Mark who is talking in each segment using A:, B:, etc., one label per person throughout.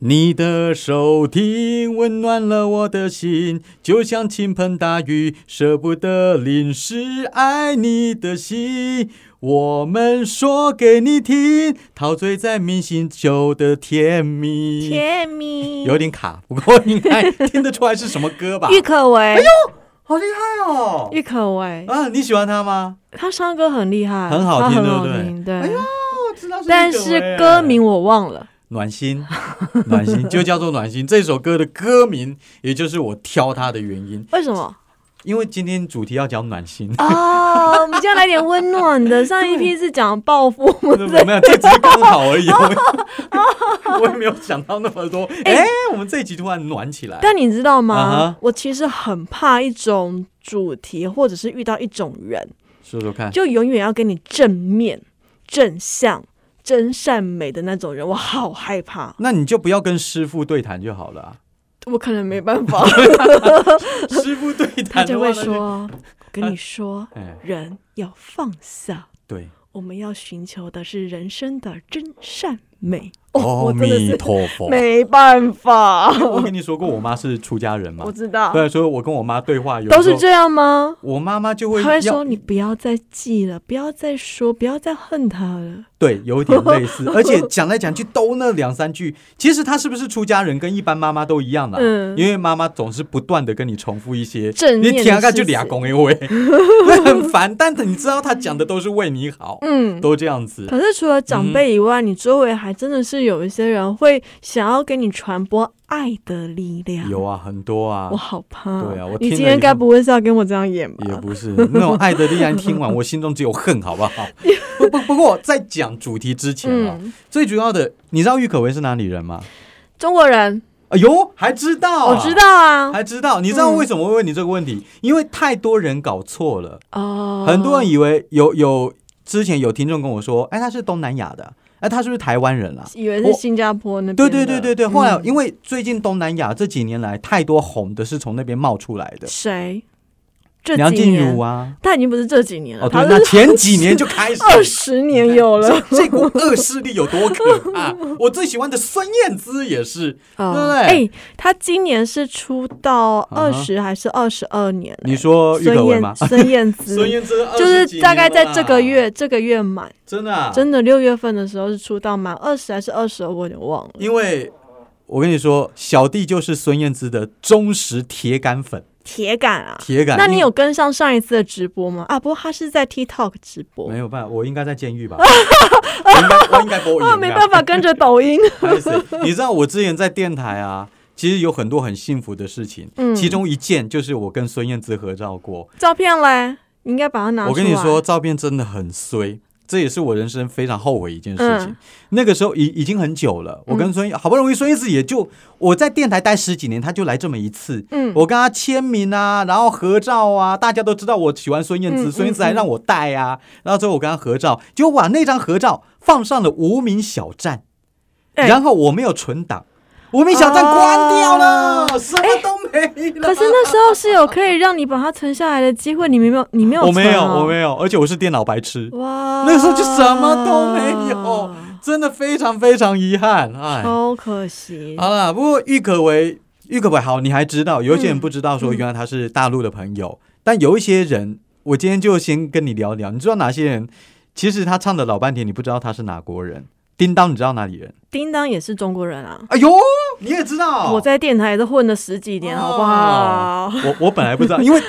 A: 你的手听温暖了我的心，就像倾盆大雨，舍不得淋湿爱你的心。我们说给你听，陶醉在铭心酒的甜蜜。
B: 甜蜜，
A: 有点卡，不过应该听得出来是什么歌 吧？
B: 郁可
A: 哎
B: 唯，
A: 好厉害哦！
B: 郁可唯，
A: 啊，你喜欢他吗？
B: 他唱歌很厉害，
A: 很好听
B: 他很
A: 对不
B: 好
A: 对
B: 听对
A: 哎呦我知道郁可唯
B: 但哦是 歌名我忘了。
A: 暖心，暖心就叫做暖心。这首歌的歌名，也就是我挑它的原因，
B: 为 什么？
A: 因为今天主题要讲暖 心。
B: 哦，我们就要来点温暖 的。上一批是讲报复，
A: 我没有，这只是刚好而已， 我也我也没有想到那么多。哎、我们这一集突然暖起来，
B: 但你知道
A: 啊
B: 吗
A: 哈
B: 我其实很怕一种主题，或者是遇到一种人，
A: 说说看，
B: 就永远要跟你正面、正向、真善美的那种人，我好害怕。
A: 那你就不要跟师傅对谈就好 了啊、
B: 我可能没 办法，
A: 师傅对
B: 他
A: 谈的
B: 就
A: 话
B: 会
A: 那就，
B: 说：“我跟你说，
A: 哎，
B: 人要放下，
A: 对，
B: 我们要寻求的是人生的真善美。”
A: 阿
B: 哦我真的
A: 哦弥
B: 是
A: 陀佛。
B: 没 办法，
A: 我跟你说过，我妈是出家人嘛
B: 我，知道，
A: 对，所以我跟我妈对话有
B: 都是
A: 时候
B: 这样吗？
A: 我妈妈就会
B: 他会
A: 要
B: 说：“你不要再记了，不要再说，不要再恨他了。
A: 对，有一点类 似，而且讲来讲去都那两三句。其实她是不是出家人，跟一般妈妈都一样的、啊
B: 嗯
A: 因为妈妈总是不断的跟你重复一些
B: 正面的
A: 你听个
B: 事
A: 就
B: 情
A: 俩公一位，会很烦。但你知道她讲的都是为你好”，
B: 嗯。
A: 都这样子。
B: 可是除了长辈以外，你周围还真的是有一些人会想要给你传播爱的力量。
A: 有啊，很多啊
B: 我，好怕。
A: 对啊我
B: 你
A: 听
B: 今
A: 了以
B: 天
A: 后
B: 该不会是要跟我这样演
A: 也
B: 吧？
A: 不是那种爱的力量。听完我心中只有恨，好不 好？不不不过在讲主题之前啊，
B: 嗯，
A: 最主要的，你知道郁可唯是哪里人吗？
B: 中国人，
A: 哎呦，还知道、
B: 我知。道啊。
A: 还知道，你知道为什么会问你这个问题？因为太多人搞错了，
B: 哦，
A: 很多人以为有有之前有听众跟我说，哎，他是东南亚的，哎，他是不是台湾人啊？
B: 以为是新加坡那边
A: 对
B: 的。
A: 对对对对。后来
B: 嗯
A: 因为最近东南亚这几年来太多红的是从那边冒出来的，
B: 谁？这
A: 梁
B: 几
A: 静茹
B: 年，
A: 啊，
B: 他已经不是这几年了，
A: 哦
B: 他
A: 对，
B: 是
A: 那前几年就开始。
B: 二十年有了。
A: 这这股恶势力有多可 怕？我最喜欢的孙燕姿也是。
B: 哦
A: 对不对
B: 哎、他今年是出道
A: 啊哈
B: 二十还是二十二年、
A: 你说郁
B: 孙
A: 可唯
B: 燕
A: 吗？
B: 孙燕姿，
A: 孙燕姿
B: 就
A: 20几
B: 是大概
A: 年
B: 在
A: 了啦
B: 这个，月，这个月满，
A: 真的啊
B: 真的六月份的时候是出道满二十还是二十二，我有点忘了。
A: 因为我跟你说，小弟就是孙燕姿的忠实铁杆粉，
B: 铁杆啊！
A: 铁杆。
B: 那你有跟上上一次的直播吗？啊，不过他是在 TikTok 直播
A: 没，有办法？我应该在监狱 吧？我应该，我应该播
B: 啊，
A: 演。
B: 没办法跟着抖音。
A: 不好意 思，你知道我之前在电台啊。其实有很多很幸福的事情，
B: 嗯
A: 其中一件就是我跟孙燕姿合照过。
B: 照片嘞，你应该把它拿出来。
A: 我跟你说，，照片真的很衰，这也是我人生非常后悔一件事情。
B: 嗯
A: 那个时候已已经很久了，我跟孙、燕，好不容易孙燕姿也就我在电台待十几年，她就来这么一次，
B: 嗯，
A: 我跟他签名啊，然后合照啊，大家都知道我喜欢孙燕姿，
B: 嗯
A: 孙燕姿还
B: 嗯嗯
A: 让我带啊，然后最后我跟他合照，结果把那张合照放上了无名小站，
B: 哎
A: 然后我没有存档，无名小站
B: 哦
A: 关掉了，什么都没了。
B: 啊哎可是那时候是有可以让你把它存下来的机会，你没有，你没有、啊哦
A: 我没有，我。没有，而且我是电脑白痴，
B: 哇，
A: 那时候就什么都没有真的非常非常遗憾，哎。
B: 超可惜。
A: 好啦，不过郁可唯，郁可唯好，你还知道，有一些人
B: 嗯
A: 不知道说
B: 嗯
A: 原来他是大陆的朋友，但有一些人，我今天就先跟你聊聊，你知道哪些人？其实他唱的老半天，你不知道他是哪国人。叮当，你知道哪里人？
B: 叮当也是中国人啊，
A: 哎呦，你也知道？
B: 我在电台也是混了十几年，
A: 哦
B: 好不好？
A: 我我本来不知道，因为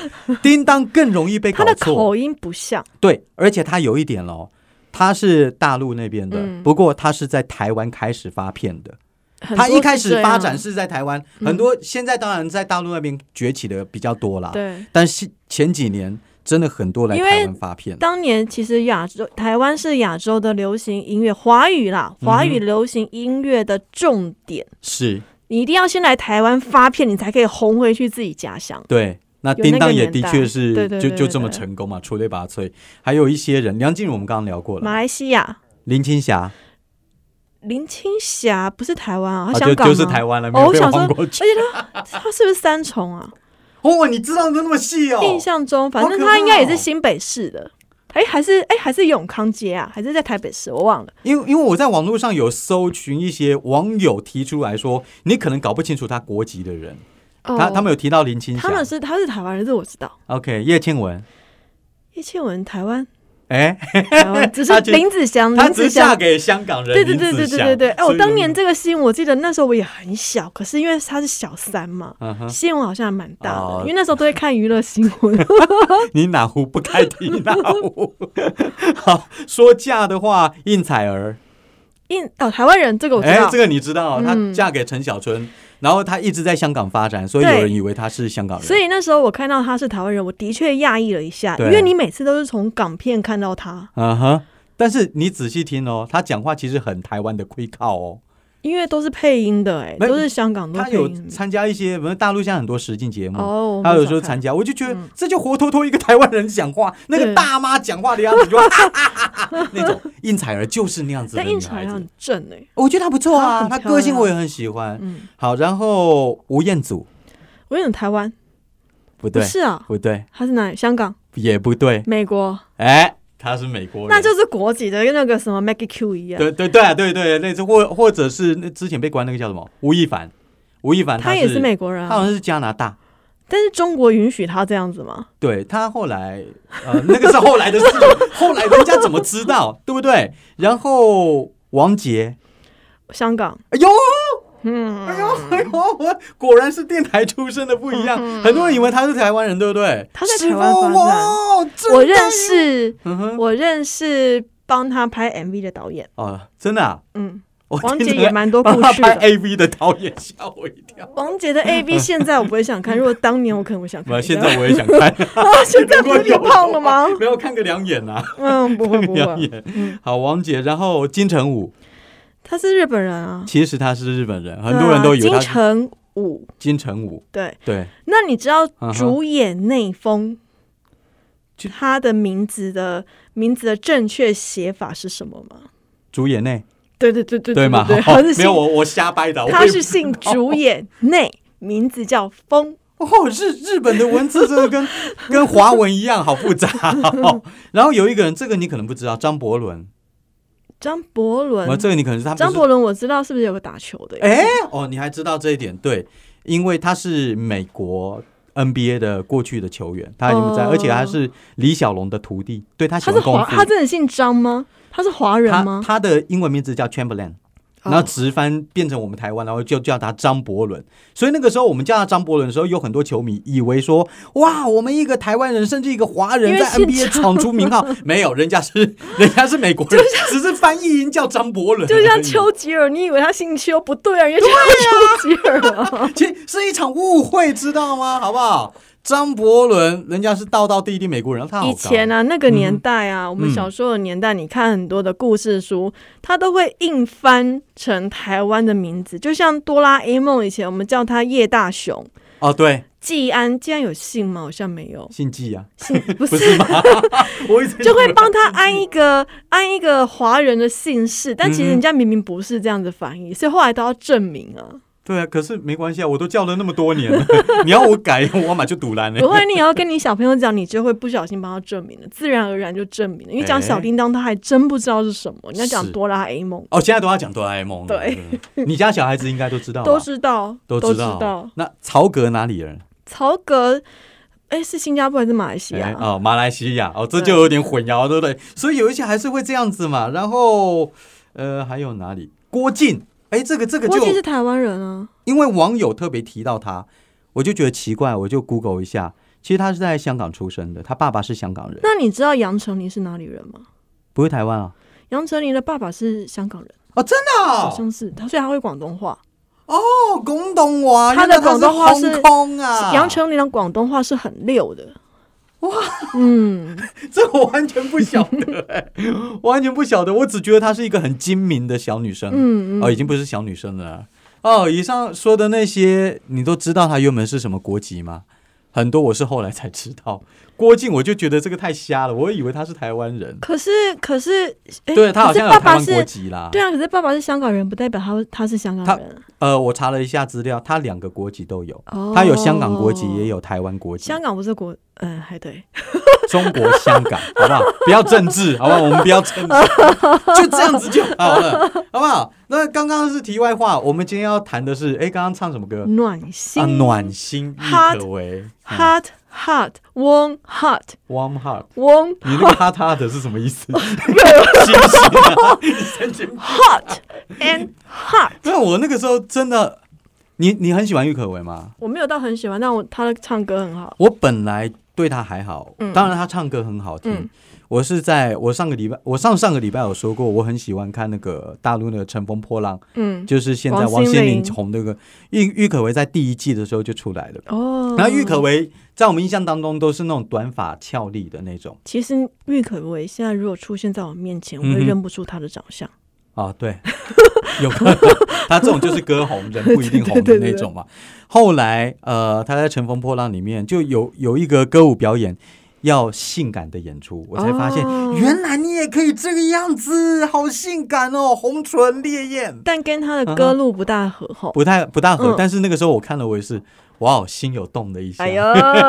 A: 叮当更容易被
B: 他
A: 搞
B: 的
A: 错。
B: 口音不像，
A: 对，而且他有一点喽，他是大陆那边的，
B: 嗯
A: 不过他是在台湾开始发片的。
B: 很多
A: 他
B: 是
A: 一开始
B: 这样嗯
A: 发展是在台湾，很多现在当然在大陆那边崛起的比较多啦。
B: 对。
A: 但是前几年真的很多来
B: 因为
A: 台湾发片，
B: 当年其实亚洲台湾是亚洲的流行音乐华语啦，
A: 嗯哼
B: 华语流行音乐的重点，
A: 是
B: 你一定要先来台湾发片，你才可以红回去自己家乡。
A: 对。那
B: 有
A: 叮
B: 那个
A: 当也
B: 年
A: 的
B: 代
A: 确是
B: 对对对
A: 就
B: 对
A: 就这么
B: 对
A: 成功嘛，出类拔萃。还有一些人，梁静茹我们刚刚聊过
B: 马
A: 了，
B: 来西亚
A: 林青霞
B: 林青霞不是台湾啊，
A: 啊，
B: 她
A: 就
B: 香港、啊
A: 就是台湾了，没
B: 哦，
A: 有
B: 我
A: 被
B: 想说，
A: 晃
B: 而
A: 过
B: 且
A: 去。
B: 她她是不是三重啊？
A: 哦，你知道的那么细哦，
B: 印象中，反
A: 好
B: 正
A: 可
B: 他应该也
A: 怕
B: 是
A: 哦
B: 新北市的，哎，还是哎还是永康街啊，还是在台北市，我忘了。
A: 因为因为我在网络上有搜寻一些网友提出来说，你可能搞不清楚他国籍的人，他他们有提到林青
B: 哦他们
A: 霞
B: 是他是台湾人，这我知道。
A: ，OK，叶倩文，
B: 叶倩文 台湾，
A: 哎、
B: 台湾只是
A: 他觉得
B: 林子祥，
A: 她
B: 嗯林
A: 只
B: 子
A: 嫁
B: 祥。
A: 给香港人
B: 对对
A: 林
B: 对对
A: 子
B: 对
A: 祥，
B: 对对，哎，我
A: 所以
B: 当年这个新闻，我记得那时候我也很小，可是因为他是小三嘛，
A: 嗯哼，
B: 新闻好像还蛮大的
A: 哦，
B: 因为那时候都会看娱乐新闻。
A: 你哪壶不开提哪壶。好，说嫁的话，应采儿，
B: 印哦，台湾人这个我知
A: 哎、
B: 道
A: 这，个你知道，她
B: 嗯
A: 嫁给陈小春，然后她一直在香港发展，所以有
B: 对
A: 人以为她是香港人。
B: 所以那时候我看到他是台湾人，我的确讶异了一下，因
A: 对
B: 为你每次都是从港片看到他，
A: 嗯哼，但是你仔细听哦，她讲话其实很台湾的亏靠哦。
B: 因为都是配音的、哎，
A: 没
B: 都是香港都
A: 她
B: 配
A: 有
B: 音的。
A: 参加一些，比如大陆现在很多实境节目。
B: 哦，
A: 她
B: 我
A: 有
B: 没
A: 时候
B: 看
A: 参加，我就觉得
B: 嗯
A: 这就活脱脱一个台湾人讲话，那个
B: 对
A: 大妈讲话的样子，就哈哈哈哈那种。应采儿就是那样子的
B: 但应
A: 女
B: 采
A: 孩
B: 儿
A: 子，
B: 很正哎、
A: 我觉得她不错啊，
B: 她很
A: 她
B: 漂
A: 个性
B: 亮
A: 我也很喜欢。
B: 嗯，
A: 好，然后吴彦祖
B: 我有点台湾，
A: 不
B: 不
A: 对，
B: 是啊，
A: 不对，
B: 他是哪里？香港、
A: 也不对，
B: 美国，
A: 哎，他是美国人，
B: 那就是国籍的跟那个什么 Maggie Q 一样，
A: 对对对啊对对，类似或或者是那之前被关那个叫什么吴亦凡，吴亦凡
B: 他
A: 是
B: 也是美国人
A: 他好
B: 啊。
A: 像是加拿大，
B: 但是中国允许他这样子吗？
A: 对他后来呃 那个是后来的事，后来人家怎么知道，对不对？然后王杰，
B: 香港，
A: 哎呦
B: 嗯，
A: 哎呦哎呦，我果然是电台出身的不一样，很多人以为他是台湾人，对不对？
B: 嗯他在
A: 师
B: 台湾
A: 傅
B: 发展
A: 哇真
B: 我
A: 的
B: 认识，
A: 嗯哼
B: 我认识帮他拍 MV 的导演，
A: 哦，真的啊。
B: 嗯，
A: 我
B: 王
A: 听
B: 杰
A: 着
B: 也蛮多故
A: 他
B: 事
A: 拍
B: 的。
A: A V 的导演吓我一跳。
B: 王杰的 A V 现在我不会想 看，如果当年我可能会想看
A: 不，
B: 一下。
A: 现在我也想 看，
B: 啊，现在
A: 如
B: 不
A: 果
B: 是
A: 有
B: 变胖了 吗？
A: 没有看个两眼啊，
B: 嗯，不会不
A: 两
B: 会，
A: 眼。
B: 嗯，
A: 好，王杰，然后金城武，
B: 他是日本人啊，
A: 其实他是日本人， 很多人都以为
B: 对啊
A: 他
B: 金
A: 是
B: 城武。
A: 金城武。
B: 对，
A: 对，
B: 那你知道
A: 嗯哼
B: 主演内丰
A: 就
B: 他的名字的名字的正确写法是什么吗？
A: 主演内
B: 对对对对
A: 对吗？
B: 对，
A: 哦
B: 他是
A: 没
B: 姓
A: 有我我瞎掰的，我哦
B: 他
A: 也
B: 是姓主演内，名字叫丰。
A: 哦，日日本的文字真的 跟跟华文一样，好复杂哦。然后有一个人，这个你可能不知道，张伯伦，
B: 张伯
A: 呃
B: 伦，
A: 这个你可能是他不是
B: 张伯伦我知道是不是有个打球的？
A: 哎、哦，你还知道这一点？对，因为他是美国 NBA 的过去的球员，他已经不在，
B: 哦
A: 而且他是李小龙的徒弟，对他喜
B: 他是
A: 欢功
B: 华，
A: 夫。
B: 他真的姓张吗？他是华人
A: 他
B: 吗？
A: 他的英文名字叫 Chamberlain，
B: 哦
A: 然后直翻变成我们台湾，然后就叫他张伯伦。所以那个时候我们叫他张伯伦的时候，有很多球迷以为说，哇，我们一个台湾人，甚至一个华人
B: 因为
A: 在
B: 是
A: NBA 闯出名号。没有，人家是人家是美国人，只是翻译音叫张伯伦而已，
B: 就像丘吉尔，你以为他姓丘，不对啊，人家叫丘吉 尔啊。
A: 其实是一场误会，知道吗？好不好？张伯伦，人家是道道地地美国人，他好高
B: 以前啊，那个年代
A: 嗯
B: 啊，我们小时候的年代，你看很多的故事书，它都会硬翻成台湾的名字，就像哆啦 A 梦以前我们叫他叶大雄。
A: 哦，对，
B: 季安竟然有姓吗？好像没有，
A: 姓纪啊，
B: 姓不
A: 不
B: 是，
A: 是吗？我一直
B: 就会帮他安一个 安一个华人的姓氏，但其实人家明明不是这样子翻译，所以后来都要证明啊。
A: 对啊，可是没关系啊，我都叫了那么多年了， 你要我改，我马就堵 烂了
B: 不。会，你也要跟你小朋友讲，你就会不小心帮他证明了，自然而然就证明了。因为讲小叮当，他还真不知道是什么，你要讲
A: 哎是
B: 哆啦 A 梦
A: 哦，现在都要讲哆啦 A 梦了。
B: 对
A: 对，你家小孩子应该都知道吧，
B: 都知道，
A: 都
B: 知
A: 道。那曹格哪里人？
B: 曹格，哎，是新加坡还是马来西亚？
A: 哎哦，马来西亚哦，这就有点混淆，对不对？所以有一些还是会这样子嘛。然后，呃，还有哪里？郭靖，哎，这个这个
B: 郭
A: 就
B: 靖是台湾人啊，
A: 因为网友特别提到他，我就觉得奇怪，我就 Google 一下，其实他是在香港出生的，他爸爸是香港人，
B: 那你知道杨丞琳是哪里人吗？
A: 不是台湾啊。
B: 杨丞琳的爸爸是香港人，
A: 哦，真的
B: 好
A: 哦，
B: 像是他，所以他会广东话。
A: 哦广东话，
B: 他的
A: 原来
B: 广东话是
A: 是空啊，
B: 杨丞琳的广东话是很溜的。哇，嗯，
A: 这我完全不晓得、哎我完全不晓得，我只觉得她是一个很精明的小女生，
B: 嗯嗯
A: 哦，已经不是小女生了啊。哦，以上说的那些，你都知道她原本是什么国籍吗？很多我是后来才知道，郭靖我就觉得这个太瞎了，我以为他是台湾人，
B: 可是可是，哎
A: 对他好
B: 可是
A: 像有
B: 爸
A: 台
B: 爸
A: 湾国
B: 是，
A: 籍啦。
B: 对啊，可是爸爸是香港人，不代表他他是香
A: 他
B: 港人啊。
A: 呃，我查了一下资料，他两个国籍都有，
B: 哦
A: 他有香港国籍，也有台湾国籍。
B: 呃香港不是国，嗯，还对，
A: 中国香港，好不好？不要政治，好不好？我们不要政治，就这样子就好了，好不好？那刚刚是题外话，我们今天要谈的是，哎，刚刚唱什么歌？
B: 暖心，
A: 啊，暖心郁
B: Heart
A: 可唯嗯
B: hot hot warm hot
A: ，Warm Heart。
B: warm
A: 你那个哈哈的是什么意思？星星啊，你神经病
B: hot and hot。
A: 对啊，我那个时候真的，你你很喜欢郁可唯吗？
B: 我没有到很喜欢，但我他的唱歌很好。
A: 我本来对他还好，
B: 嗯
A: 当然他唱歌很好听。
B: 嗯
A: 我是在我上个礼拜，我上上个礼拜有说过，我很喜欢看那个大陆那个《乘风破浪》，
B: 嗯，
A: 就是现在
B: 王
A: 王
B: 心
A: 心
B: 凌
A: 凌红那个郁郁可唯在第一季的时候就出来了。
B: 哦，
A: 然后郁可唯在我们印象当中都是那种短发俏丽的那种
B: 其实郁可唯现在如果出现在我面前，我
A: 嗯
B: 会
A: 哼
B: 认不出她的长相。
A: 啊，对， 有可能她这种就是歌红人不一定红的那种嘛。后来呃，她在《乘风破浪》里面就有有一个歌舞表演要性感的演出，我才发现
B: 哦
A: 原来你也可以这个样子，好性感哦，红唇烈焰。
B: 但跟她的歌路不大合吼。
A: 嗯不太不大合，
B: 嗯
A: 但是那个时候我看了，我也是，哇，哦，心有动了一下。
B: 哎呦，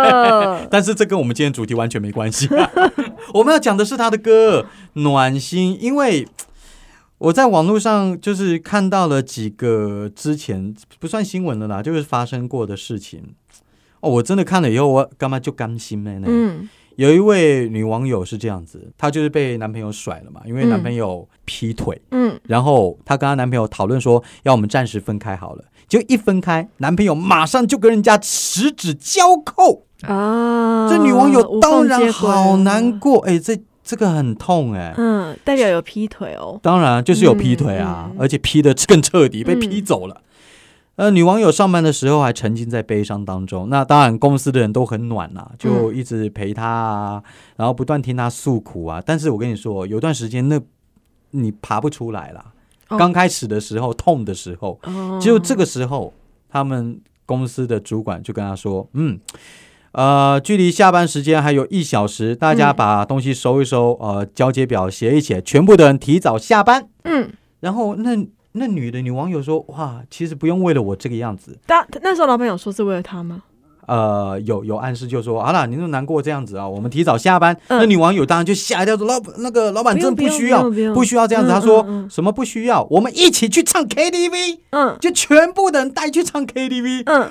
A: 但是这跟我们今天主题完全没关系、 我们要讲的是他的歌《暖心》，因为我在网络上就是看到了几个之前不算新闻了啦，就是发生过的事情。哦，我真的看了以后，我干嘛就甘心了呢？
B: 嗯
A: 有一位女网友是这样子，她就是被男朋友甩了嘛，因为
B: 嗯
A: 男朋友劈腿，
B: 嗯，
A: 然后她跟她男朋友讨论说，要我们暂时分开好了。就一分开，男朋友马上就跟人家十指交扣。
B: 啊，
A: 这女网友
B: 无缝
A: 当然
B: 接轨
A: 好难。过，哎、这这个很痛哎、
B: 嗯，代表有劈腿哦。
A: 当然就是有劈腿啊，
B: 嗯嗯
A: 而且劈得更彻底，被
B: 嗯
A: 劈走了。呃，女网友上班的时候还沉浸在悲伤当中，那当然公司的人都很暖呐、
B: 嗯
A: 就一直陪她啊，然后不断听她诉苦啊。但是我跟你说，有段时间那你爬不出来啦。
B: 哦
A: 刚开始的时候，痛的时候，
B: 哦，
A: 只有这个时候，他们公司的主管就跟他说：“嗯，呃，距离下班时间还有一小时，大家把东西收一收，呃，交接表写一写，全部的人提早下班。
B: 嗯，”
A: 然后那那女的女网友说：“哇，其实不用为了我这个样子。
B: 大那时候老板有说是为了他吗？”
A: 呃，有有暗示就说好啦，你那么难过这样子啊，我们提早下班。
B: 嗯
A: 那女网友当然就吓一跳说：“老那个老板
B: 不
A: 真
B: 用
A: 不需
B: 不
A: 要
B: 用不，用
A: 不需要这样子。”
B: 嗯
A: 他说
B: 嗯：“嗯
A: 什么不需要？我们一起去唱 KTV，
B: 嗯
A: 就全部的人带去唱 KTV。”
B: 嗯，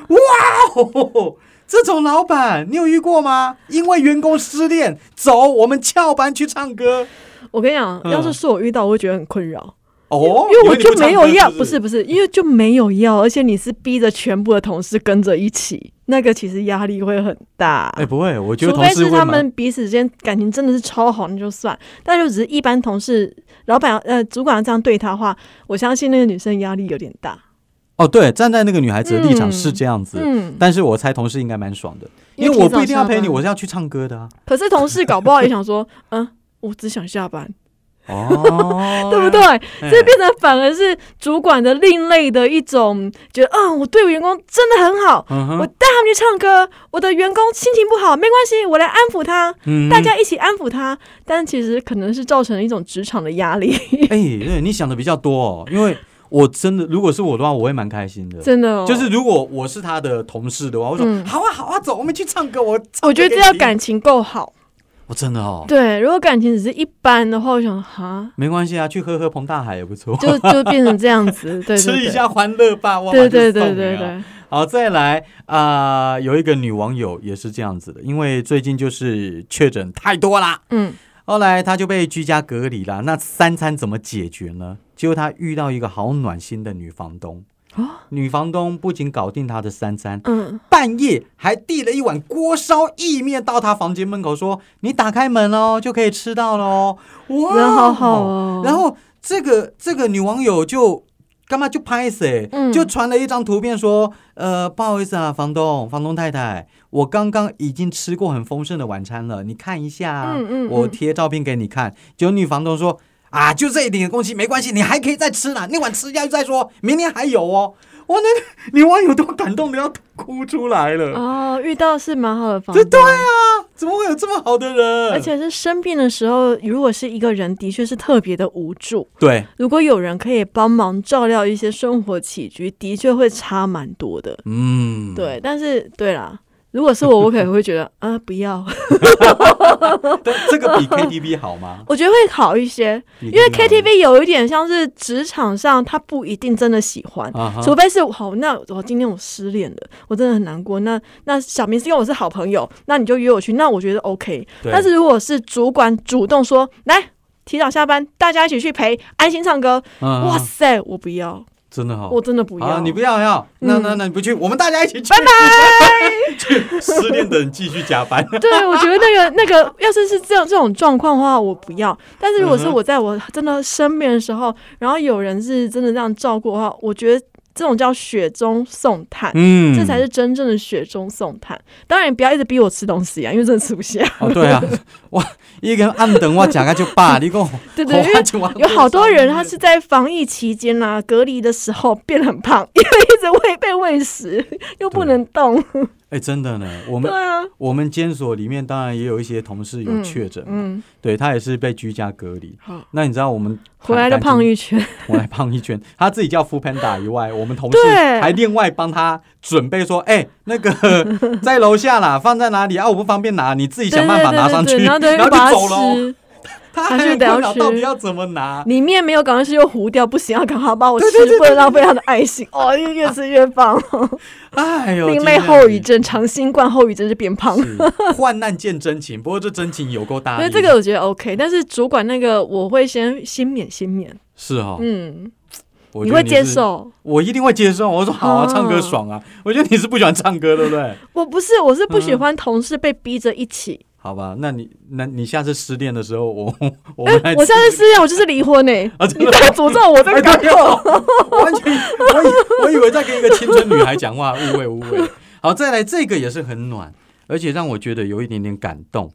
A: 哦， 这种老板你有遇过吗？因为员工失恋，走，我们翘班去唱歌。
B: 我跟你讲，
A: 嗯
B: 要是是我遇到，我会觉得很困扰。
A: 哦，
B: 因为我就没有要，
A: 不
B: 不是不是，因为就没有要，而且你是逼着全部的同事跟着一起，那个其实压力会很大。
A: 哎、不会，我觉得
B: 除
A: 同
B: 非
A: 事
B: 是
A: 会
B: 他
A: 蛮
B: 们彼此之间感情真的是超好，那就算；但就只是一般同事、老板呃主管这样对他的话，我相信那个女生压力有点大。
A: 哦，对，站在那个女孩子的立场
B: 嗯
A: 是这样子，
B: 嗯，
A: 但是我猜同事应该蛮爽的，因为
B: 提
A: 我
B: 早
A: 不一定要
B: 下
A: 陪你，
B: 班
A: 我是要去唱歌的啊。
B: 可是同事搞不好也想 说，嗯，我只想下班，，
A: 哦
B: 对不对？
A: 哎？
B: 这变成反而是主管的另类的一种觉得，啊，我对员工真的很好，
A: 嗯哼
B: 我带他们去唱歌，我的员工心情不好，没关系，我来安抚他，
A: 嗯
B: 大家一起安抚他。但其实可能是造成了一种职场的压力，
A: 哎、对你想的比较多哦，因为我真的，如果是我的话，我会蛮开心的。
B: 真的、哦。
A: 就是如果我是他的同事的话，我说、
B: 嗯
A: 好啊好啊，走，我们去唱歌。我唱
B: 我觉
A: 歌
B: 得
A: 给
B: 这
A: 你
B: 要
A: 听，
B: 感情够好。
A: 我真的哦，
B: 对，如果感情只是一般的话，我想哈，
A: 没关系啊，去喝喝彭大海也不错，
B: 就就变成这样子，对对对，
A: 吃一下欢乐吧，哇，
B: 对，
A: 哇
B: 对对
A: 就送
B: 对
A: 你啊
B: 对对，
A: 好，再来啊、有一个女网友也是这样子的，因为最近就是确诊太多啦，
B: 嗯，
A: 后来她就被居家隔离啦。那三餐怎么解决呢？结果她遇到一个好暖心的女房东。
B: 哦
A: 女房东不仅搞定她的三餐，
B: 嗯，
A: 半夜还递了一碗锅烧意面到她房间门口，说：“你打开门哦，就可以吃到了哦。”哇，
B: 人好好哦。
A: 然后这个这个女网友就干嘛就拍谁、
B: 嗯
A: 就传了一张图片说，呃，不好意思啊，房东，房东太太，我刚刚已经吃过很丰盛的晚餐了，你看一下啊，
B: 嗯嗯嗯
A: 我贴照片给你看。结果女房东说，啊，就这一点东西没关系，你还可以再吃啦，那碗吃下去再说，明天还有哦。我那女网友都感动的要哭出来 了，
B: 哦，遇到是蛮好的房
A: 这
B: 东
A: 对啊，怎么会有这么好的人？
B: 而且是生病的时候，如果是一个人，的确是特别的无助。
A: 对，
B: 如果有人可以帮忙照料一些生活起居，的确会差蛮多的。
A: 嗯，
B: 对，但是对啦，如果是我，我可能会觉得啊，不要，
A: 但这个比 KTV 好吗？
B: 我觉得会好一 些，
A: 因
B: 因为 KTV 有一点像是职场上，他不一定真的喜欢。
A: 啊哈，
B: 除非是好，那我今天我失恋了，我真的很难过。那那小明是因为我是好朋友，那你就约我去，那我觉得 OK。
A: 对
B: 但是如果是主管主动说来提早下班，大家一起去陪安心唱歌，
A: 嗯
B: 哇塞，我不要，
A: 真的好，
B: 我真的不要，
A: 啊，你不要要，那那那你不去，我们大家一起去，拜 拜。去失恋的人继续加班，
B: 对，我觉得那个那个，要是是这种这种状况的话，我不要。但是如果
A: 嗯
B: 是
A: 哼
B: 我在我真的生病的时候，然后有人是真的这样照顾的话，我觉得这种叫雪中送炭。
A: 嗯
B: 这才是真正的雪中送炭。当然，不要一直逼我吃东西啊，因为真的吃不下。
A: 哦，对 啊，哇，一个人暗等我讲个就罢，你讲
B: 对对，因为有好多人他是在防疫期间啦、隔离的时候变得很胖，因为一直喂被喂食，又不能动。
A: 哎，真的呢，我
B: 对
A: 们
B: 啊，
A: 我们监所里面当然也有一些同事有确诊，
B: 嗯，
A: 对他也是被居家隔离
B: 好。
A: 那你知道我们
B: 回来就胖一圈。
A: 回来胖一圈， 他自己叫 f o o Panda 以外，我们同事
B: 对
A: 还另外帮他准备说，哎、那个 在楼下啦，放在哪里啊？我不方便拿，你自己
B: 对
A: 想
B: 对
A: 办法拿
B: 对
A: 上
B: 对
A: 去，
B: 对，然后 对，
A: 就
B: 把它
A: 走了哦。
B: 吃。
A: 他还
B: 还是
A: 有
B: 得要
A: 困扰，
B: 吃
A: 到底要怎么拿？
B: 里面没有赶快吃又糊掉，不行，要赶快帮我吃，
A: 对对对对
B: 不能浪费他的爱心。哦，越越吃 越胖，
A: 哎呦，
B: 另类后遗症，长新冠后遗症是变胖。
A: 天哪是患难见真情，不过这真情有够大意。
B: 所以这个我觉得 OK，但是主管那个我会先先免先免，
A: 是哦，
B: 嗯，
A: 我
B: 你
A: 觉得
B: 会接
A: 是？
B: 受？
A: 我一定会接受。我说好啊，
B: 啊
A: 唱歌爽啊！我觉得你是不喜欢唱歌，对不对？
B: 我不是，我是不
A: 嗯
B: 喜欢同事被逼着一起。
A: 好吧，那你那你下次失恋的时候，我我们来
B: 我下次失恋，我就是离婚哎、
A: 啊真的啊
B: 你在诅咒我这个感受。
A: 我完全，我以我以为在跟一个青春女孩讲话，误会误会。好，再来这个也是很暖，而且让我觉得有一点点感动。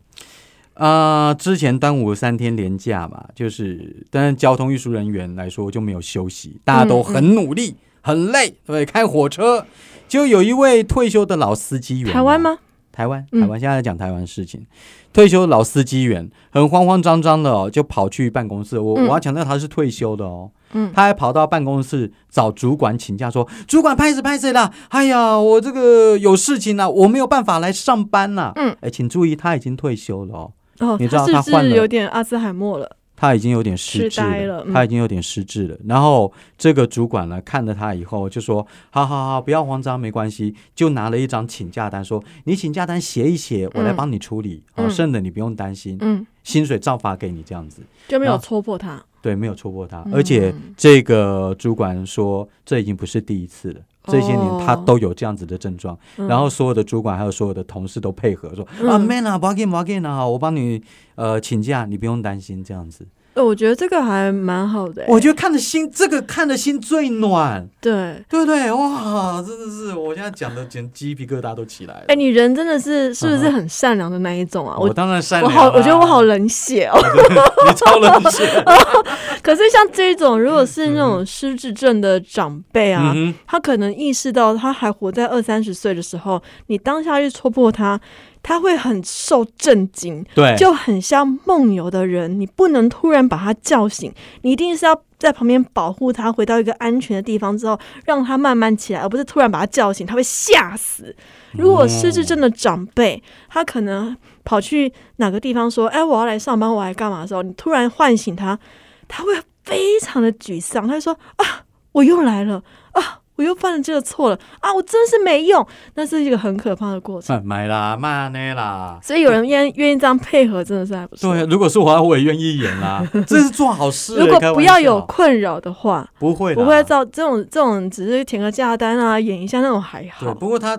A: 啊、之前端午三天连假嘛，就是，但是交通运输人员来说就没有休息，大家都很努力，很累，对，开火车。就有一位退休的老司机员，啊
B: 台湾？吗？
A: 台湾，
B: 嗯
A: 台湾，现在在讲台湾事情。退休老司机员很慌慌张张的、哦，就跑去办公室。我、
B: 嗯
A: 我要强调他是退休的哦，
B: 嗯
A: 他还跑到办公室找主管请假说，主管拍谁拍谁啦，哎呀，我这个有事情啦，我没有办法来上班啦。
B: 嗯，
A: 哎，请注意，他已经退休了哦，
B: 哦，
A: 你知道
B: 他是
A: 他
B: 不
A: 换了
B: 是有点阿兹海默了？
A: 他已经有点失智
B: 痴呆了嗯
A: 他已经有点失智了。然后这个主管呢，看了他以后就说：“好好好，不要慌张，没关系。”就拿了一张请假单，说：“你请假单写一写，我来帮你处理，好、
B: 嗯
A: 剩的你不用担心，
B: 嗯，
A: 薪水照发给你。”这样子，
B: 就没有
A: 啊
B: 戳破他。
A: 对，没有戳破他。
B: 嗯
A: 而且这个主管说，这已经不是第一次了。这些年
B: 哦
A: 他都有这样子的症状，
B: 嗯
A: 然后所有的主管还有所有的同事都配合说、啊
B: 嗯
A: ，man 啊，不要紧，不要紧啊，我帮你呃请假，你不用担心这样子。
B: 呃，我觉得这个还蛮好的、欸。
A: 我觉得看的心，这个看的心最暖，
B: 对，
A: 对不对？哇，真的是，我现在讲的，简鸡皮疙瘩都起来了
B: 哎、。你人真的是是不
A: 嗯
B: 是很善良的那一种啊？
A: 我
B: 我
A: 当然善
B: 我
A: 良
B: 好，
A: 啦
B: 我觉得 我好，哎冷血哦。
A: 你超冷血。
B: 可是像这种，如果是那种失智症的长辈啊，
A: 嗯嗯哼，
B: 他可能意识到他还活在二三十岁的时候，你当下去戳破他，他会很受震惊，
A: 对，
B: 就很像梦游的人，你不能突然把他叫醒，你一定是要。在旁边保护他，回到一个安全的地方之后，让他慢慢起来，而不是突然把他叫醒，他会吓死。如果失智症的长辈，他可能跑去哪个地方说：“哎，我要来上班，我来干嘛？”的时候，你突然唤醒他，他会非常的沮丧，他就说：“啊，我又来了啊，我又犯了这个错了啊，我真是没用。”那是一个很可怕的过程。
A: 哎买啦，骂呢啦。
B: 所以有人愿愿意这样配合，真的是还不错。
A: 对，如果是我，我也愿意演 啦。这是做好事欸。
B: 如果
A: 开玩
B: 不要
A: 笑
B: 有，困扰的话，
A: 不会啊啦
B: 不会造这种这种只是填个价单啊，演一下那种还
A: 对。
B: 好。
A: 不过他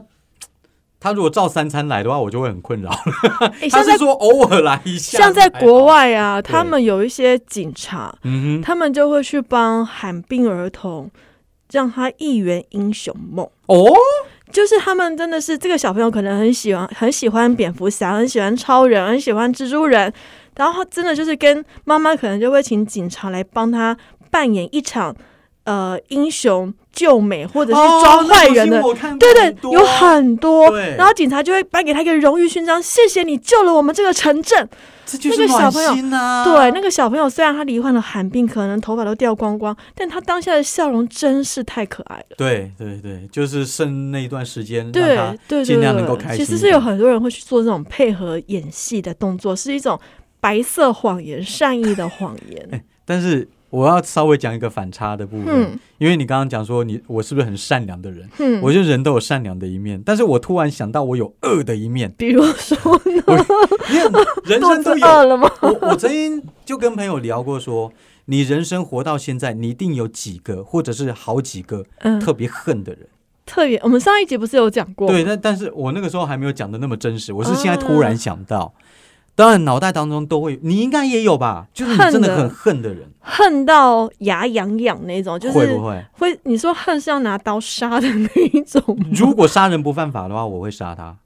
A: 他如果照三餐来的话，我就会很困扰。
B: 诶
A: 他
B: 哎像
A: 是
B: 在
A: 说偶尔来一下，
B: 像在国，外啊，
A: 对
B: 他们有一些警察，
A: 嗯哼，
B: 他们就会去帮罕病儿童，让他一圆英雄梦。
A: 哦，
B: 就是他们真的是这个小朋友可能很喜欢很喜欢蝙蝠侠，很喜欢超人，很喜欢蜘蛛人，然后真的就是跟妈妈可能就会请警察来帮他扮演一场呃英雄救美或者
A: 者
B: 是抓坏人
A: 哦
B: 的，对对，有很多
A: 对。
B: 然后警察就会颁给他一个荣誉勋章，谢谢你救了我们这个城镇。
A: 这就是
B: 那个
A: 暖
B: 小朋友
A: 心啊，
B: 对，那个小朋友虽然他罹患了罕病，可能头发都掉光光，但他当下的笑容真是太可爱了。
A: 对对对，就是剩那一段时间，
B: 对
A: 让
B: 对
A: 尽
B: 对
A: 量能够
B: 对，
A: 开
B: 其
A: 心
B: 实
A: 一
B: 是有
A: 点
B: 很多人会去做这种配合演戏的动作，是一种白色谎言、善意的谎 言。
A: 他。哎但是我要稍微讲一个反差的部分，
B: 嗯
A: 因为你刚刚讲说你我是不是很善良的人？
B: 嗯，，
A: 我觉得人都有善良的一面，但是我突然想到我有恶的一面
B: 比如说呢，
A: 你看人
B: 肚
A: 生
B: 子
A: 都
B: 饿
A: 有。
B: 了吗？
A: 我我曾经就跟朋友聊过说。你人生活到现在，你一定有几个，或者是好几个
B: 嗯，
A: 特别恨的人。
B: 特别，我们上一集不是有讲过？
A: 对，，但但是我那个时候还没有讲的那么真实，我是现在突
B: 嗯
A: 然想到，当然脑袋当中都会，你应该也有吧？就是你真的很恨的人，
B: 恨到牙痒痒那种，就是
A: 会不会？
B: 会你说恨是要拿刀杀的那一种吗？
A: 如果杀人不犯法的话，我会杀他。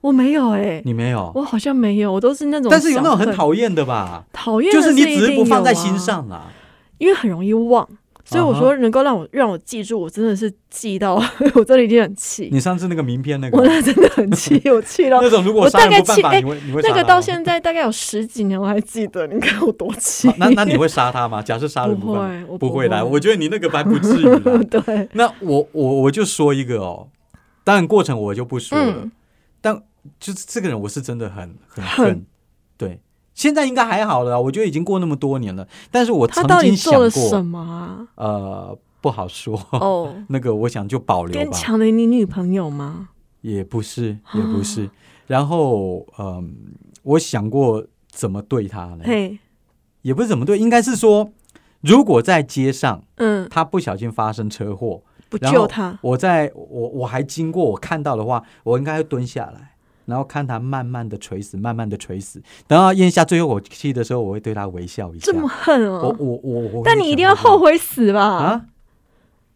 B: 我没有哎、
A: 你没有，
B: 我好像没有，我都是那种小恨，
A: 但是有那种很讨厌的吧？
B: 讨厌的
A: 就是你
B: 一定有啊，
A: 只是不放在心上啊啦。
B: 因为很容易忘。所以我
A: 啊
B: 说，能够让我让我记住，我真的是记到， 我真的已经很气，
A: 你上次那个名片那
B: 啊我
A: 个，
B: 那真的很气，我气 到
A: 那种如果
B: 我
A: 杀人
B: 大概
A: 不犯
B: 气
A: 法，
B: 哎
A: 你会你会杀
B: 那个
A: 他
B: 到
A: 吗
B: 现在大概有十几年，我还记得，你看我多气
A: 啊好。那那你会杀他吗？假设杀人
B: 不
A: 不犯法，
B: 会，我
A: 不
B: 会。
A: 会啦。我觉得你那个还不至于啦
B: 对，
A: 那我我我就说一个哦，当然过程我就不说了。
B: 嗯，
A: 就是这个人，我是真的很很
B: 恨
A: 恨。对，现在应该还好了啊，我觉得已经过那么多年了。但是我
B: 他
A: 曾
B: 到底
A: 经想
B: 做了
A: 过
B: 什，么啊？
A: 呃，不好说。
B: 哦，
A: 那个我想就保留
B: 跟
A: 吧，
B: 抢了你女朋友吗？
A: 也不是，
B: 啊
A: 也不是。然后，嗯、我想过怎么对他呢？
B: 嘿，
A: 也不是怎么对，应该是说，如果在街上
B: 嗯，
A: 他不小心发生车祸，
B: 不
A: 然后
B: 救他，
A: 我在我我还经过，我看到的话，我应该会蹲下来，然后看他慢慢的垂死，慢慢的垂死，等到咽下最后口气的时候，我会对他微笑一下。
B: 这么恨
A: 我
B: 哦！
A: 我我我，
B: 但你一定要后
A: 悔
B: 悔死吧？
A: 啊？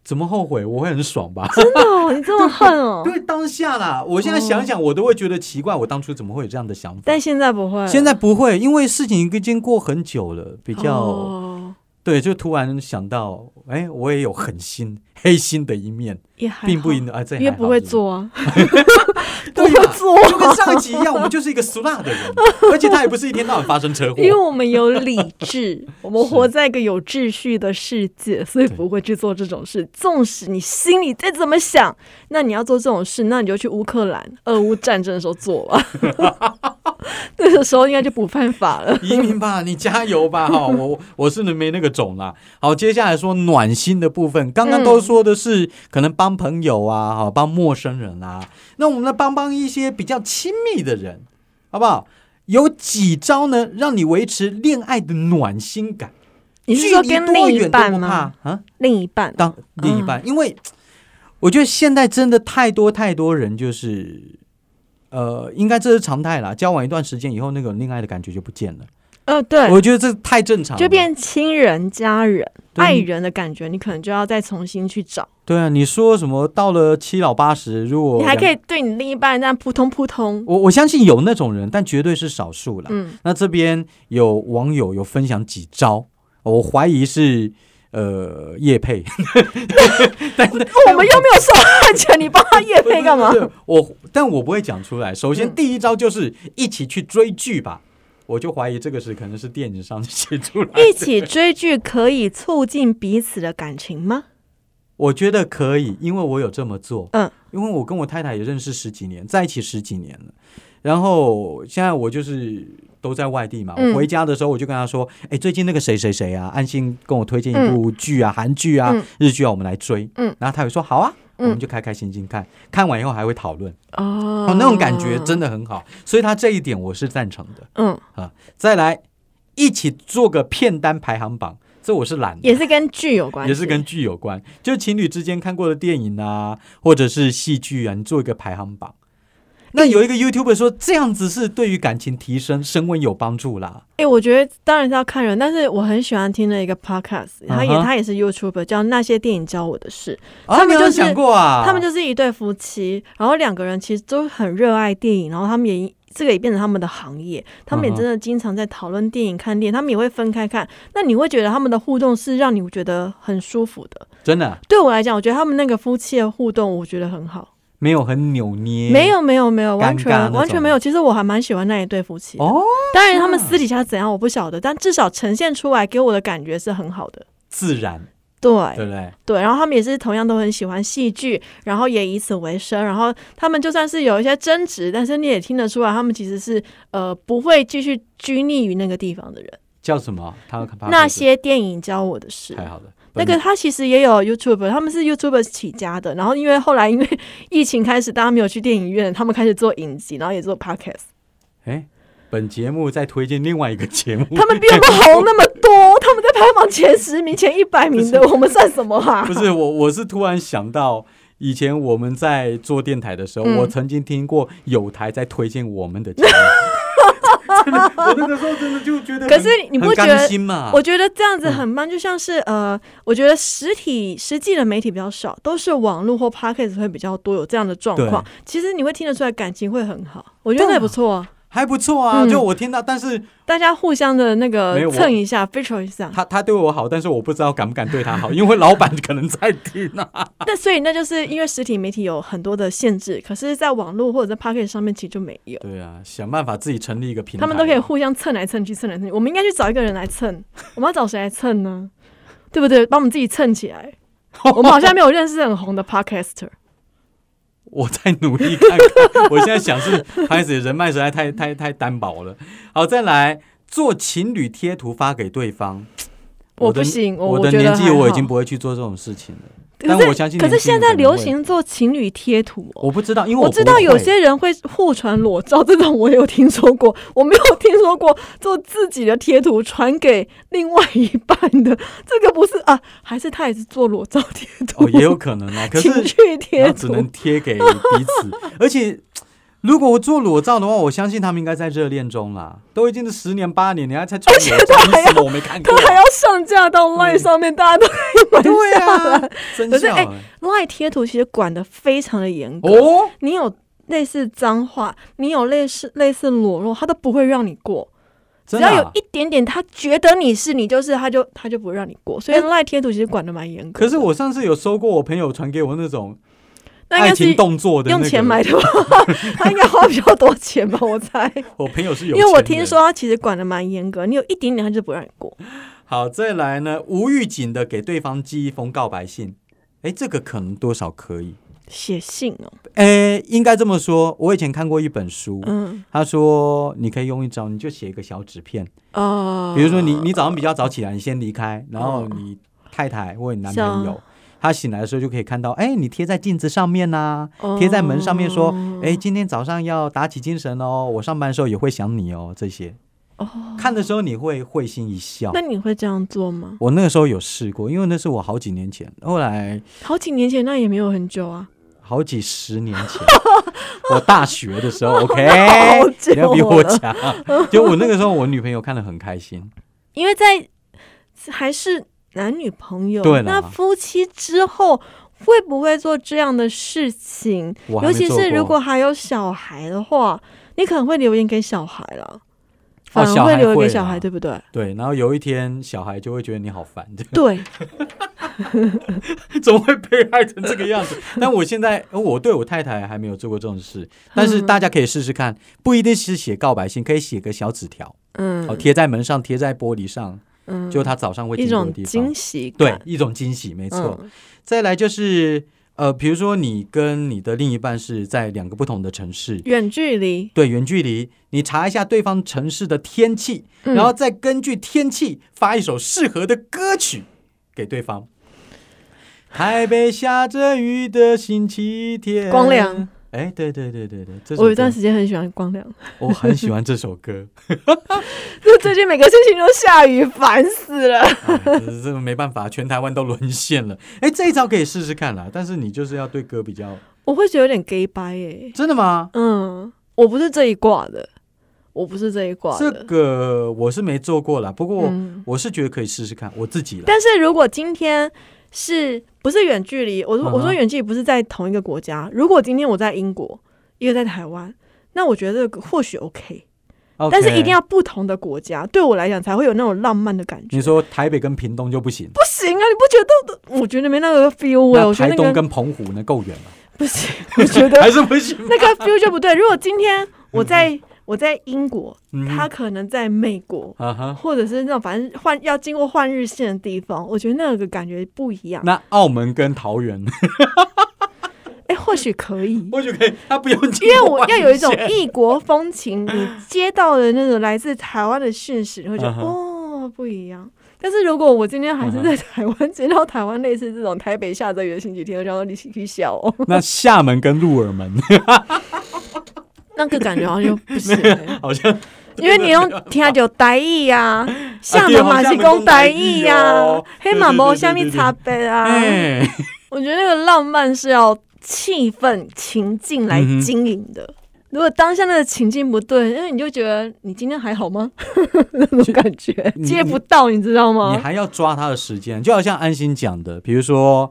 A: 怎么后悔？我会很爽吧？
B: 真的哦，你这么恨哦！
A: 对，当下啦，我现在想想，我都会觉得奇怪，我当初怎么会有这样的想法
B: 但？现在不会了，
A: 现在不会，因为事情已经过很久了，比较、
B: 哦
A: 对，就突然想到，哎，我也有狠心、 黑心的一面，
B: 也还好
A: 并不赢，得啊，这
B: 因为
A: 还好
B: 不会
A: 是是
B: 做啊，不
A: 对啊
B: 会
A: 嘛
B: 做
A: 就跟上一集一样，我们就是一个俗辣 的人，而且他也不是一天到晚发生车祸
B: 因。为我们有理智， 我们活在一个有秩序的世界，所以不会去做这种事。纵使你心里再怎么想，那你要做这种事，那你就去乌克兰、俄乌战争的时候做 吧。 那个时候应该就不犯法了。
A: 移民吧，你加油吧！ 哈，我我是没那个种啦。好，接下来说暖心的部分，刚刚都说的是、
B: 嗯
A: 可能帮朋友啊，哈，帮陌生人啊。那我们来帮帮一些比较亲密的人，好不好？有几招呢，让你维持恋爱的暖心感？
B: 你是说
A: 距离
B: 跟
A: 多
B: 另
A: 远
B: 一
A: 都
B: 半
A: 不
B: 吗？嗯
A: 怕啊？
B: 另一半
A: 当另一半，因为我觉得现在真的太多太多人就是，呃，应该这是常态啦。交往一段时间以后，那种恋爱的感觉就不见了。
B: 呃，对，
A: 我觉得这太正常了，
B: 就变亲人、家人、
A: 对
B: 爱人的感觉，你可能就要再重新去找。
A: 对啊。你说什么到了七老八十，如果
B: 你还可
A: 两，
B: 以对你另一半这样扑通扑通。
A: 我我相信有那种人，但绝对是少数啦。
B: 嗯，
A: 那这边有网友有分享几招，我怀疑是呃叶 配，但但
B: 我们又没有收他钱，你帮他夜
A: 不是
B: 配干嘛
A: 不？是不是我但我不会讲出来。首先，
B: 嗯
A: 第一招就是一起去追剧吧。我就怀疑这个是可能是电影上写出来
B: 一
A: 的，
B: 起追剧可以促进彼此的感情吗？
A: 我觉得可以，因为我有这么做。
B: 嗯，
A: 因为我跟我太太也认识十几年，在一起十几年了。然后现在我就是都在外地嘛，
B: 嗯
A: 我回家的时候我就跟她说：“哎、最近那个谁谁谁啊，安心跟我推荐一部剧啊，韩剧啊、
B: 嗯
A: 日剧啊，我们来追。”
B: 嗯，
A: 然后她也说：“好啊。”我
B: 嗯
A: 们就开开心心看，看完以后还会讨论。
B: 哦
A: 哦，那种感觉真的很好，所以他这一点我是赞成的。
B: 嗯，
A: 再来，一起做个片单排行榜，这我是懒的，
B: 也是跟剧有关系，
A: 也是跟剧有关，就情侣之间看过的电影啊，或者是戏剧啊，你做一个排行榜。那有一个 YouTube 说这样子是对于感情提升升温有帮助啦。
B: 哎、我觉得当然是要看人，但是我很喜欢听的一个 podcast，他也、
A: 嗯哼
B: 他也是 YouTube，叫《那些电影教我的事》，
A: 啊，
B: 他们
A: 没有
B: 就是
A: 想过啊，
B: 他们就是一对夫妻，然后两个人其实都很热爱电影，然后他们也这个也变成他们的行业，他们也
A: 嗯哼
B: 真的经常在讨论电影、看电影，他们也会分开看。那你会觉得他们的互动是让你觉得很舒服的？
A: 真的
B: 对我来讲，我觉得他们那个夫妻的互动，我觉得很好。
A: 没有很扭捏，
B: 没有没有没有，
A: 尴尬
B: 完
A: 那
B: 全
A: 种
B: 完全没有。其实我还蛮喜欢那一对夫妻的。
A: 哦，
B: 当然，他们
A: 是啊
B: 私底下怎样我不晓得，但至少呈现出来给我的感觉是很好的。
A: 自然，
B: 对
A: 对不对？
B: 对，然后他们也是同样都很喜欢戏剧，然后也以此为生。然后他们就算是有一些争执，但是你也听得出来，他们其实是呃不会继续拘泥于那个地方的人。
A: 叫什么？他他他
B: 那些电影教我的事，
A: 太好了，
B: 那个他其实也有 YouTube，他们是 YouTube 起家的。然后因为后来因为 疫情开始，大家没有去电影院，他们开始做影集，然后也做 Podcast。
A: 哎，本节目在推荐另外一个节目，
B: 他们比 我们红那么多，他们在排行榜前十名、前一百名的，我们算什么啊？
A: 不是我，我是突然想到，以前我们在做电台的时候，
B: 嗯
A: 我曾经听过有台在推荐我们的 节目，真的，我那个时候真的就觉得很，
B: 可是你不
A: 很
B: 觉
A: 甘
B: 得
A: 心嘛？
B: 我觉得这样子很棒，就像是呃，我觉得实体实际的媒体比较少，都是网络或 podcast 会比较多有这样的状况。其实你会听得出来感情会很好，我觉得那也不错啊。
A: 还不错啊，
B: 嗯
A: 就我听到，但是
B: 大家互相的那
A: 没有
B: 个
A: 我
B: 蹭一下 f e a t u r 一下，
A: 他他对我好，但是我不知道敢不敢对他好，因为老板可能在听啊。
B: 那所以那就是因为实体媒体有很多的限制，可是，在网络或者在 podcast 上面其实就没有，
A: 对啊，想办法自己成立一个平台，
B: 他们都 可以互相蹭来蹭去，蹭来蹭去。我们应该去找一个人来蹭，我们要找谁来蹭呢？对不对？把我们自己蹭起来。我们好像没有认识很红的 podcaster。
A: 我再努力看看。我现在想是开始人脉实在太太太单薄了。好，再来做情侣贴图发给对方。
B: 我
A: 的
B: 不行我
A: 我
B: 我
A: 的
B: 觉得
A: 年纪
B: 还
A: 我已经
B: 好
A: 不会去做这种事情了。
B: 可
A: 但
B: 是
A: 我相信
B: 可是
A: 年轻人可
B: 现在
A: 能
B: 流
A: 会
B: 行做情侣贴图、哦。
A: 我不知道，因为
B: 我
A: 我
B: 知
A: 不
B: 道有
A: 会
B: 些人会互传裸照， 这种我有听说过，我没有听说过做自己的贴图传给另外一半的， 这个不是啊？还是他也是做裸照贴图？
A: 哦也有可能 啊，可是
B: 情趣贴
A: 然后只
B: 图，
A: 能贴给彼此，而且。如果我做裸照的话，我相信他们应该在热恋中啦，都已经是十年八年，你还才穿裸照，
B: 还
A: 你什么我没看过
B: 他？还要上架到 LINE 上面，大家
A: 哦
B: 都 可以买
A: 对啊，真
B: 可是
A: 相
B: 哎 LINE 贴图，其实管得非常的严格。
A: 哦，
B: 你有类似脏话，你有类似类似裸露，他都不会让你过。只
A: 真的
B: 要有
A: 啊。
B: 一点点他觉得你是你就是，他就他就不让你过。所以赖贴图其实管的蛮严格的。
A: 哎可是我上次有收过我朋友传给我那种
B: 那应
A: 爱
B: 该是
A: 情动作的、那个，
B: 用钱买的吧？ 他应该花比较多钱吧？我猜，
A: 我朋友 是有，
B: 因为我听。说他其实管的蛮严格，你有一点点他就不让你过。
A: 好，再来呢，无预警的给对方寄一封告白信，哎，这个可能多少可以。
B: 写信哦，
A: 哎，应该这么说，我以前看过一本书，
B: 嗯
A: 他说你可以用一招，你就写一个小纸片，
B: 哦，
A: 比如说你你早上比较早起来，你先离开，然后你太太或你男朋友
B: 像，
A: 他醒来的时候就可以看到，哎，你贴在镜子上面啊呐、
B: 哦
A: 贴在门上面说，哎，今天早上要打起精神哦，我上班的时候也会想你哦，这些。
B: 哦，
A: 看的时候你会会心一笑
B: 那。你会这样做吗？
A: 我那个时候有试过，因为那是我好几年前，后来
B: 好几年前，那也没有很久啊。
A: 好几十年 前，我大学的时候，OK，
B: 好久
A: 你要比我
B: 了
A: 强。就我那个时候，我女朋友看得很开心，
B: 因为在还是男女朋友，
A: 对啦
B: 那夫妻之后会不会做这样的事情？
A: 我还
B: 尤
A: 没
B: 其
A: 做
B: 是如
A: 过
B: 果还有小孩的话，你可能会留言给小孩了，
A: 哦
B: 反而
A: 小孩
B: 留言
A: 会
B: 给小
A: 啦
B: 孩，对不对？
A: 对，然后有一天小孩就会觉得你好烦，
B: 对，
A: 怎么会被害成这个样 子？但我现在呃我对我太太还没有做过这种事，但是大家可以试试看，不一定是写告白信，可以写个小纸条，
B: 嗯
A: 哦，贴在门上，贴在玻璃上，
B: 嗯，
A: 就她早上会
B: 一
A: 经过
B: 种
A: 的地方
B: 惊。喜嗯
A: 对
B: 感，，
A: 一种惊喜，没
B: 没
A: 错。再来就是呃，比如说你跟你的另一半是在两个不同的城市，
B: 远距离，
A: 对，远距离，你查一下对方城市的天气，
B: 嗯
A: 然后再根据天气发一首适合的歌曲给对方。台北下着雨的星期天，
B: 光良。
A: 哎，对对对对对，这首
B: 我有一段
A: 歌
B: 时间很喜欢光良，
A: 我很喜欢这首歌，
B: 就最近每个星期都下雨，烦死了。
A: 哎这这没办法，全台湾都沦陷了。哎，这一招可以试试看啦，但是你就是要对歌比较
B: 我会觉得有点 gay 掰耶。
A: 真的吗？
B: 嗯，我不是这一挂的，我不是这一挂
A: 这
B: 的。
A: 个我是没做过啦，不过
B: 嗯
A: 我是觉得可以试试看，我自己啦。
B: 但是如果今天是不是远距离？我说
A: 嗯哼
B: 我说远距离不是在同一个国家。如果今天我在英国，一个在台湾，那我觉得这个或许 OK，
A: o
B: 但是一定要不同的国家，对我来讲才会有那种浪漫的感觉。
A: 你说台北跟屏东就不行，
B: 不行啊，你不觉得都？我觉得没那个 feel 哎、
A: 那
B: 我觉
A: 台
B: 得
A: 东
B: 那个
A: 跟澎湖呢够远吗？
B: 不行，我 觉得
A: 还是不行吗？
B: 那个 feel 就不对。如果今天我在我在英国，
A: 嗯
B: 他可能在美国，
A: 啊哈，
B: 或者是那种反正换要经过换日线的地方，我觉得那个感觉不一样。
A: 那澳门跟桃园，
B: 哎、或许可以，
A: 我就可以，他不用因
B: 因为我要有一种异国风 情，你接到的那种来自台湾的讯息，你会觉得、
A: 嗯哼嗯
B: 哦不一样。但是如果我今天还是在台湾接到台湾类似这种台北下着雨的星期天，我想说你去笑哦，
A: 那厦门跟鹿耳门
B: 那个感觉好像就不行、欸，
A: 好像
B: 因为你用听就台语呀、啊，厦门嘛是讲台语呀、
A: 啊
B: 啊，
A: 对厦
B: 黑马
A: 门讲台语哦
B: 无虾米差别啊。
A: 哎，
B: 我觉得那个浪漫是要气氛情境来
A: 嗯哼
B: 经营的。如果当下那个情境不对，因为你就觉得你今天还好吗？ 那种感觉
A: 你
B: 接不到，你知道
A: 你
B: 吗？
A: 还要抓他的时间，就好像安心讲的，比如说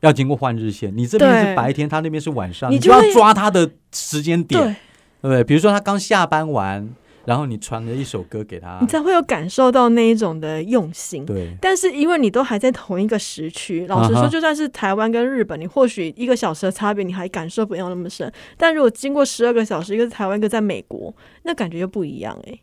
A: 要经过换日线，你这边是
B: 对
A: 白天，他那边是晚上，
B: 你
A: 你
B: 就
A: 就要
B: 会
A: 抓他的时间点，
B: 对，
A: 对不对？比如说他刚下班完，然后你传了一首歌给他
B: 你，才会有感受到那一种的用心。
A: 对，
B: 但是因为你都还在同一个时区，老实
A: 啊哈
B: 说，就算是台湾跟日本，你或许一个小时的差别你还感受不到那么深，但如果经过十二个小时，一个在台湾，一个在美国，那感觉就不一样诶、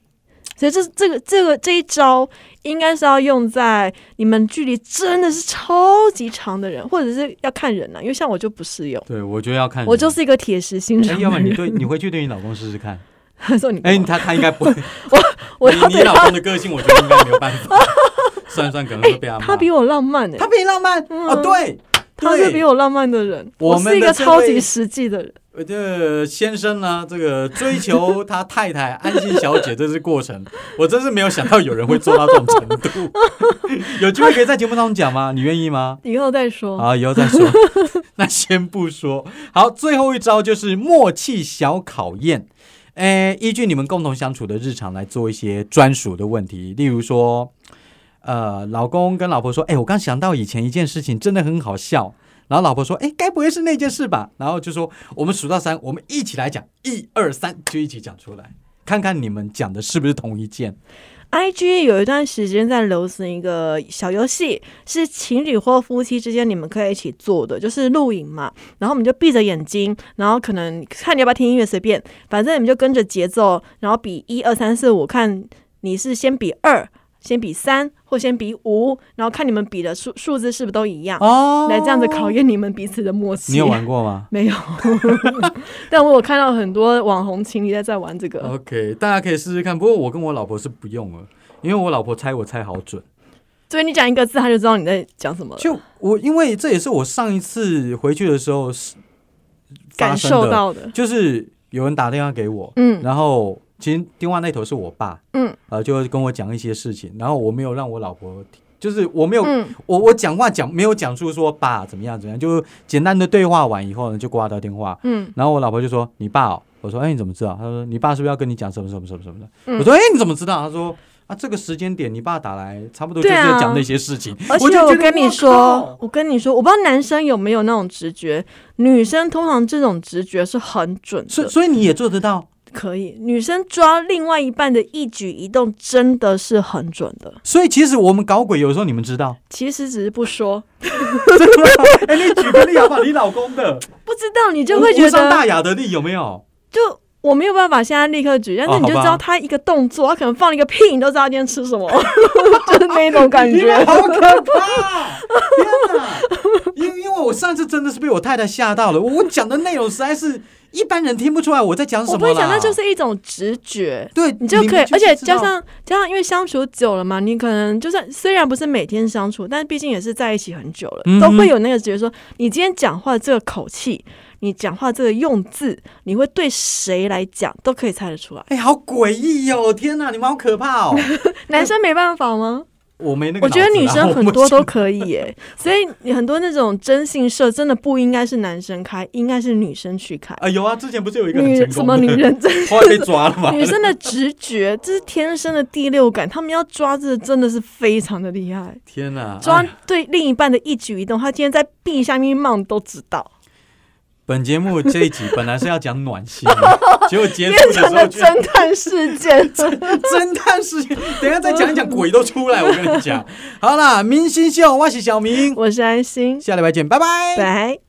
B: 所以这这个这个这一招应该是要用在你们距离真的是超级长的人，或者是要看人啊，因为像我就不适用，
A: 对我觉得要看人，
B: 我就是一个铁石心
A: 哎，
B: 肠
A: 要不
B: 的
A: 然你
B: 人。
A: 对你回去对你老公试试看，
B: 他说你干
A: 哎，
B: 嘛，
A: 他他应该不会，
B: 我
A: 以
B: 要
A: 你
B: 对
A: 老
B: 他，
A: 公的个性，我觉得应该没有办 法，算算可能
B: 哎、
A: 会被骂
B: 他比我浪漫诶、
A: 他比你浪漫
B: 嗯
A: 啊，对，
B: 他是
A: 对
B: 比我浪漫的人，
A: 我
B: 我
A: 们
B: 是一
A: 的
B: 个
A: 这
B: 超
A: 位
B: 级实际的人。
A: 呃，这个先生呢，这个追求他太太安心小姐这是过 程，我真是没有想到有人会做到这种程度。 有机会可以在节目当中讲吗？你愿意吗？
B: 以后再说。
A: 啊好，以后再说。 那先不说。好，最后一招就是默契小考验。诶，依据你们共同相处的日常来做一些专属的问题，例如说，呃，老公跟老婆说：“哎，我刚想到以前一件事情，真的很好笑。”然后老婆说：“哎，该不会是那件事吧？”然后就说：“我们数到三，我们一起来讲，一二三，就一起讲出来，看看你们讲的是不是同一件。
B: IG 有一段时间在流行一个小游戏，是情侣或夫妻之间你们可以一起做的，就是录影嘛。然后我们就闭着眼睛，然后可能看你要不要听音乐，随便，反正你们就跟着节奏，然后比一二三四五，看你是先比二，先比三，或先比五，然后看你们比的数数字是不是都一”样，
A: 哦，
B: 来这样子考验你们彼此的默契。
A: 你有玩过吗？
B: 没有？但我有看到很多网红情侣在在玩这个。
A: OK，大家可以试试看。不过我跟我老婆是不用了，因为我老婆猜我猜好准。
B: 所以你讲一个字，他就知道你在讲什么了，
A: 就我，因为这也是我上一次回去的时候是发
B: 感
A: 生的
B: 受，到的。
A: 就是有人打电话给我，
B: 嗯
A: 然后其实电话那头是我爸，
B: 嗯
A: 呃，就跟我讲一些事情，然后我没有让我老婆听，就是我没有、
B: 嗯，
A: 我我讲话讲没有讲出说爸怎么样怎么样，就简单的对话完以后呢，就挂掉电话。
B: 嗯，
A: 然后我老婆就说：“你爸、哦。”我说：“哎，你怎么知道？”她说：“你爸是不是要跟你讲什么什么什么什么的？”
B: 嗯
A: 我说：“哎，你怎么知道？”她说：“啊，这个时间点，你爸打来，差不多就
B: 对
A: 是
B: 啊
A: 要讲那些事情。
B: 而且
A: 我就觉得
B: 我跟你说
A: 靠，
B: 我跟你说，我不知道男生有没有那种直觉，女生通常这种直觉是很准
A: 所以
B: 的，
A: 所以你也做得到，
B: 可以，女生抓另外一半的一举一动真的是很准的，
A: 所以其实我们搞鬼有时候你们知 道。
B: 其实只是不说，
A: 哎，你举个例好不好？你老公的
B: 不知道你 就会觉
A: 无伤
B: 得
A: 大雅的例有没有？
B: 就。我没有办法现在立刻举，但
A: 哦
B: 是你就
A: 好吧
B: 知道他一个动作，他可能放了一个屁，你都知道他今天吃什么， 就是那种感
A: 你
B: 觉。
A: 们好可怕！天哪！因因为我上次真的是被我太太吓到了，我讲的内容实在是一般人听不出来我在讲什
B: 我
A: 么
B: 不
A: 啦。
B: 会讲，那就是一种直觉。
A: 对，
B: 你就可以
A: 们，
B: 而且
A: 知道
B: 加上加上，因为相处久了嘛，你可能就算虽然不是每天相处，但毕竟也是在一起很久了，
A: 嗯哼
B: 都会有那个觉得说，你今天讲话这个口气，你讲话这个用字，你会对谁来讲都可以猜得出来。
A: 哎、好诡异哦！天哪，你们好可怕 哦！
B: 男生没办法吗？
A: 我没那个
B: 我
A: 脑
B: 觉
A: 子啦，
B: 得女生很多
A: 我
B: 都
A: 不
B: 可以 耶、所以你很多那种征信社真的不应该是男生开，应该是女生去开。
A: 啊有啊，之前不是有一个很
B: 女什
A: 成
B: 么
A: 功
B: 女
A: 的，
B: 人征
A: 后来被抓了嘛？
B: 女生的直觉，这是天生的第六感，他们要抓这个真的是非常的厉害，
A: 天哪，
B: 抓
A: 哎
B: 对另一半的一举一动，他今天在 B 下面骂你都知道。
A: 本节目这一集本来是要讲暖心的， 结果结
B: 变
A: 束的时
B: 成了
A: 候 觉得
B: 侦探事件。
A: 侦探事件，等一下再讲一讲鬼都出来，我 跟你讲。好啦，明星秀，我是小明，
B: 我是安心，
A: 下礼拜见，拜拜。
B: 拜。